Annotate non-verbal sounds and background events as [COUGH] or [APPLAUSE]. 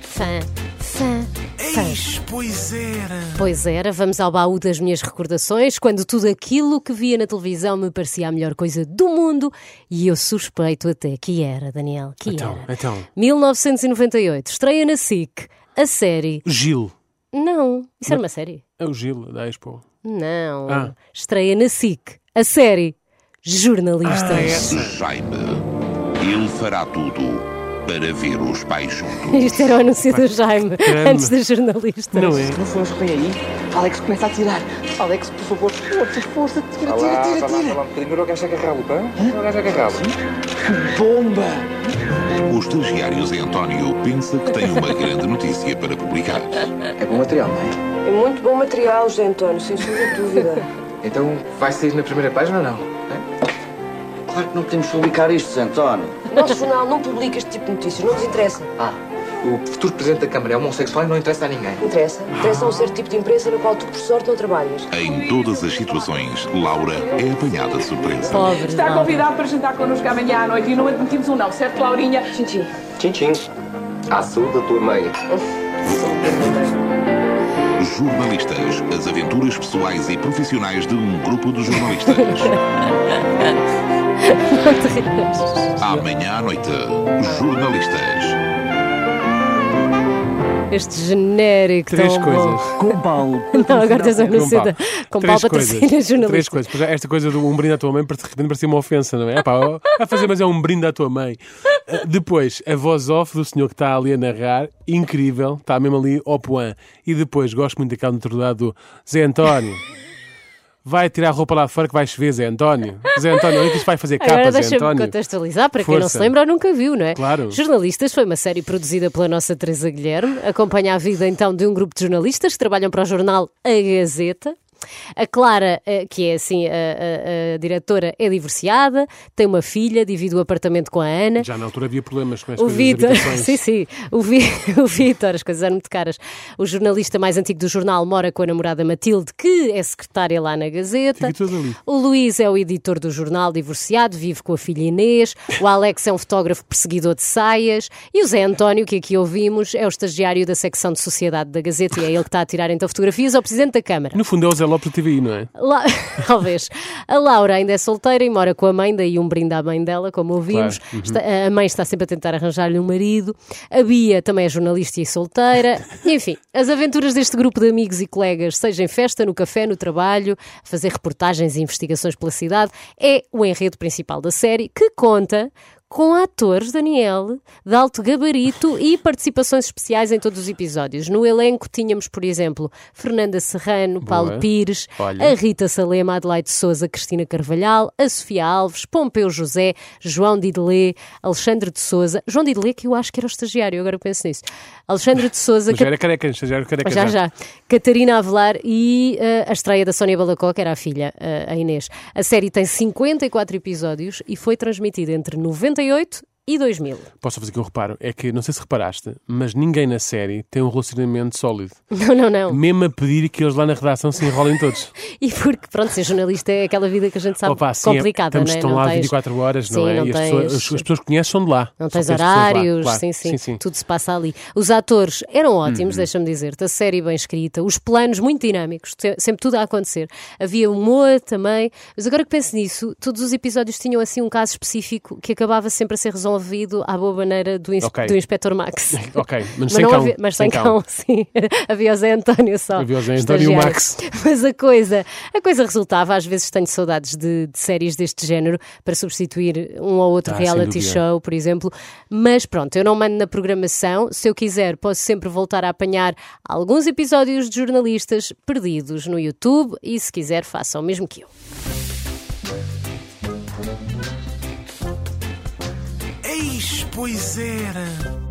Fã, fã, fã. Eis, pois é. era. Pois era, vamos ao baú das minhas recordações, quando tudo aquilo que via na televisão me parecia a melhor coisa do mundo e eu suspeito até que era, Daniel, que Então, era. então. 1998, estreia na SIC a série. Gil. Não, isso era uma série? É o Gil da Expo. Não. Ah. Estreia na SIC a série Jornalistas. Ah, Se Jaime, ele fará tudo para ver os pais [LAUGHS] juntos. Isto era o anúncio do Jaime, Caramba. antes dos jornalistas. é. Não é? Não vamos bem aí. Alex, começa a tirar. Alex, por favor, força, força, tira, tira, tira, tira. Bomba! O estagiário Zé António pensa que tem uma grande notícia para publicar. É bom material, não é? É muito bom material, José António, sem sombra de dúvida. Então vai sair na primeira página ou não? É? Claro que não podemos publicar isto, Zé António. O nosso jornal não publica este tipo de notícias, não nos interessa. Ah, o futuro presidente da Câmara é homossexual e não interessa a ninguém. Interessa. Interessa um certo tipo de imprensa na qual tu, por sorte, não trabalhas. Em todas as situações, Laura é apanhada de surpresa. Pobre Está Laura. convidado para jantar connosco amanhã à noite e não admitimos um não, certo, Laurinha? Tchim, Tchim, tchim. À saúde da tua mãe. Jornalistas, as aventuras pessoais e profissionais de um grupo de jornalistas. Amanhã à noite, jornalistas. Este genérico Três tão coisas. [LAUGHS] bom. Com Paulo. Não, agora tens a Com anúncio da... Com Paulo patrocina Três jornalista. coisas. Pois é, Esta coisa do um brinde à tua mãe, de repente parecia uma ofensa, não é? Epá, ó, vai fazer, mas é um brinde à tua mãe. Ah, Depois, a voz off do senhor que está ali a narrar, incrível, está mesmo ali ao poã. E depois, gosto muito daquela naturalidade do Zé António. Vai tirar a roupa lá fora que vai chover, Zé António. Zé António, olha que isto vai fazer Agora capa, Zé deixa-me António. contextualizar para quem não se Força. lembra ou nunca viu, não é? Claro. Jornalistas foi uma série produzida pela nossa Teresa Guilherme. Acompanha a vida então de um grupo de jornalistas que trabalham para o jornal A Gazeta. A Clara, eh, que é assim a, a- a diretora, é divorciada, tem uma filha, divide o apartamento com a Ana. Já na altura havia problemas com O estas coisas das Vitor, [LAUGHS] habitações. sim, sim, o, Vi, [LAUGHS] o Vitor, as coisas eram muito caras. O jornalista mais antigo do jornal mora com a namorada Matilde, que é secretária lá na Gazeta. Fica tudo ali. O Luís é o editor do jornal, divorciado, vive com a filha Inês. O Alex é um fotógrafo perseguidor de saias. E o Zé António, que aqui ouvimos, é o estagiário da secção de sociedade da Gazeta e é ele que está a tirar então fotografias ao presidente da Câmara. No fundo é o Zé Lopes da TVI, não é? La- [LAUGHS] Talvez. A Laura ainda é solteira e mora com a mãe, daí um brinde à mãe dela, como ouvimos. Claro. Uhum. Está- a mãe está sempre a tentar arranjar-lhe um marido. A Bia também é jornalista e solteira. Enfim, as aventuras deste grupo de amigos e colegas, seja em festa, no café, no trabalho, a fazer reportagens e investigações pela cidade, é o enredo principal da série, que conta. Com atores, Daniel, de alto gabarito e participações especiais em todos os episódios. No elenco tínhamos, por exemplo, Fernanda Serrano, Paulo Boa. Pires, Olha. a Rita Salema, Adelaide Souza, Cristina Carvalhal, a Sofia Alves, Pompeu José, João Didelé, Alexandre de Souza. João Didelé, que eu acho que era o estagiário, agora eu penso nisso. Alexandre de Souza, Mas já era careca, já era careca. já, já. Catarina Avelar e eh, a estreia da Sónia Balacó, que era a filha, eh, a Inês. A série tem 54 episódios e foi transmitida entre 98 e 2000. Posso fazer aqui um reparo? É que, não sei se reparaste, mas ninguém na série tem um relacionamento sólido. [LAUGHS] Não, não, não. Mesmo a pedir que eles lá na redação se [LAUGHS] enrolem todos. E porque, pronto, ser jornalista é aquela vida que a gente sabe Opa, sim, é- complicada, estamos, não é? Estão Não lá tens- 24 horas, não Sim, é? não e as, tens- pessoas, as, as pessoas que conheces são de lá. Não Só tens que as pessoas lá, horários, claro. Uhum. sim, sim, tudo se passa ali. Os atores eram ótimos, deixa-me dizer-te, a série bem escrita, os planos muito dinâmicos, se- sempre tudo a acontecer. Havia humor também, mas agora que penso nisso, todos os episódios tinham assim um caso específico que acabava sempre a ser resolvido à boa maneira do, ins Ok. do Inspector Max. [LAUGHS] Ok, mas sem não cão, havia- [LAUGHS] mas sem sem cão. cão, [LAUGHS] sim. Havia o Zé António só. Havia o Zé António e o estagiário. Max. [LAUGHS] Mas a coisa, a coisa resultava, às vezes tenho saudades de, de séries deste género para substituir um ou outro Ah, sem reality dúvida. show, por exemplo. Mas pronto, eu não mando na programação. Se eu quiser, posso sempre voltar a apanhar alguns episódios de jornalistas perdidos no YouTube e, se quiser, façam o mesmo que eu. Eis, pois era.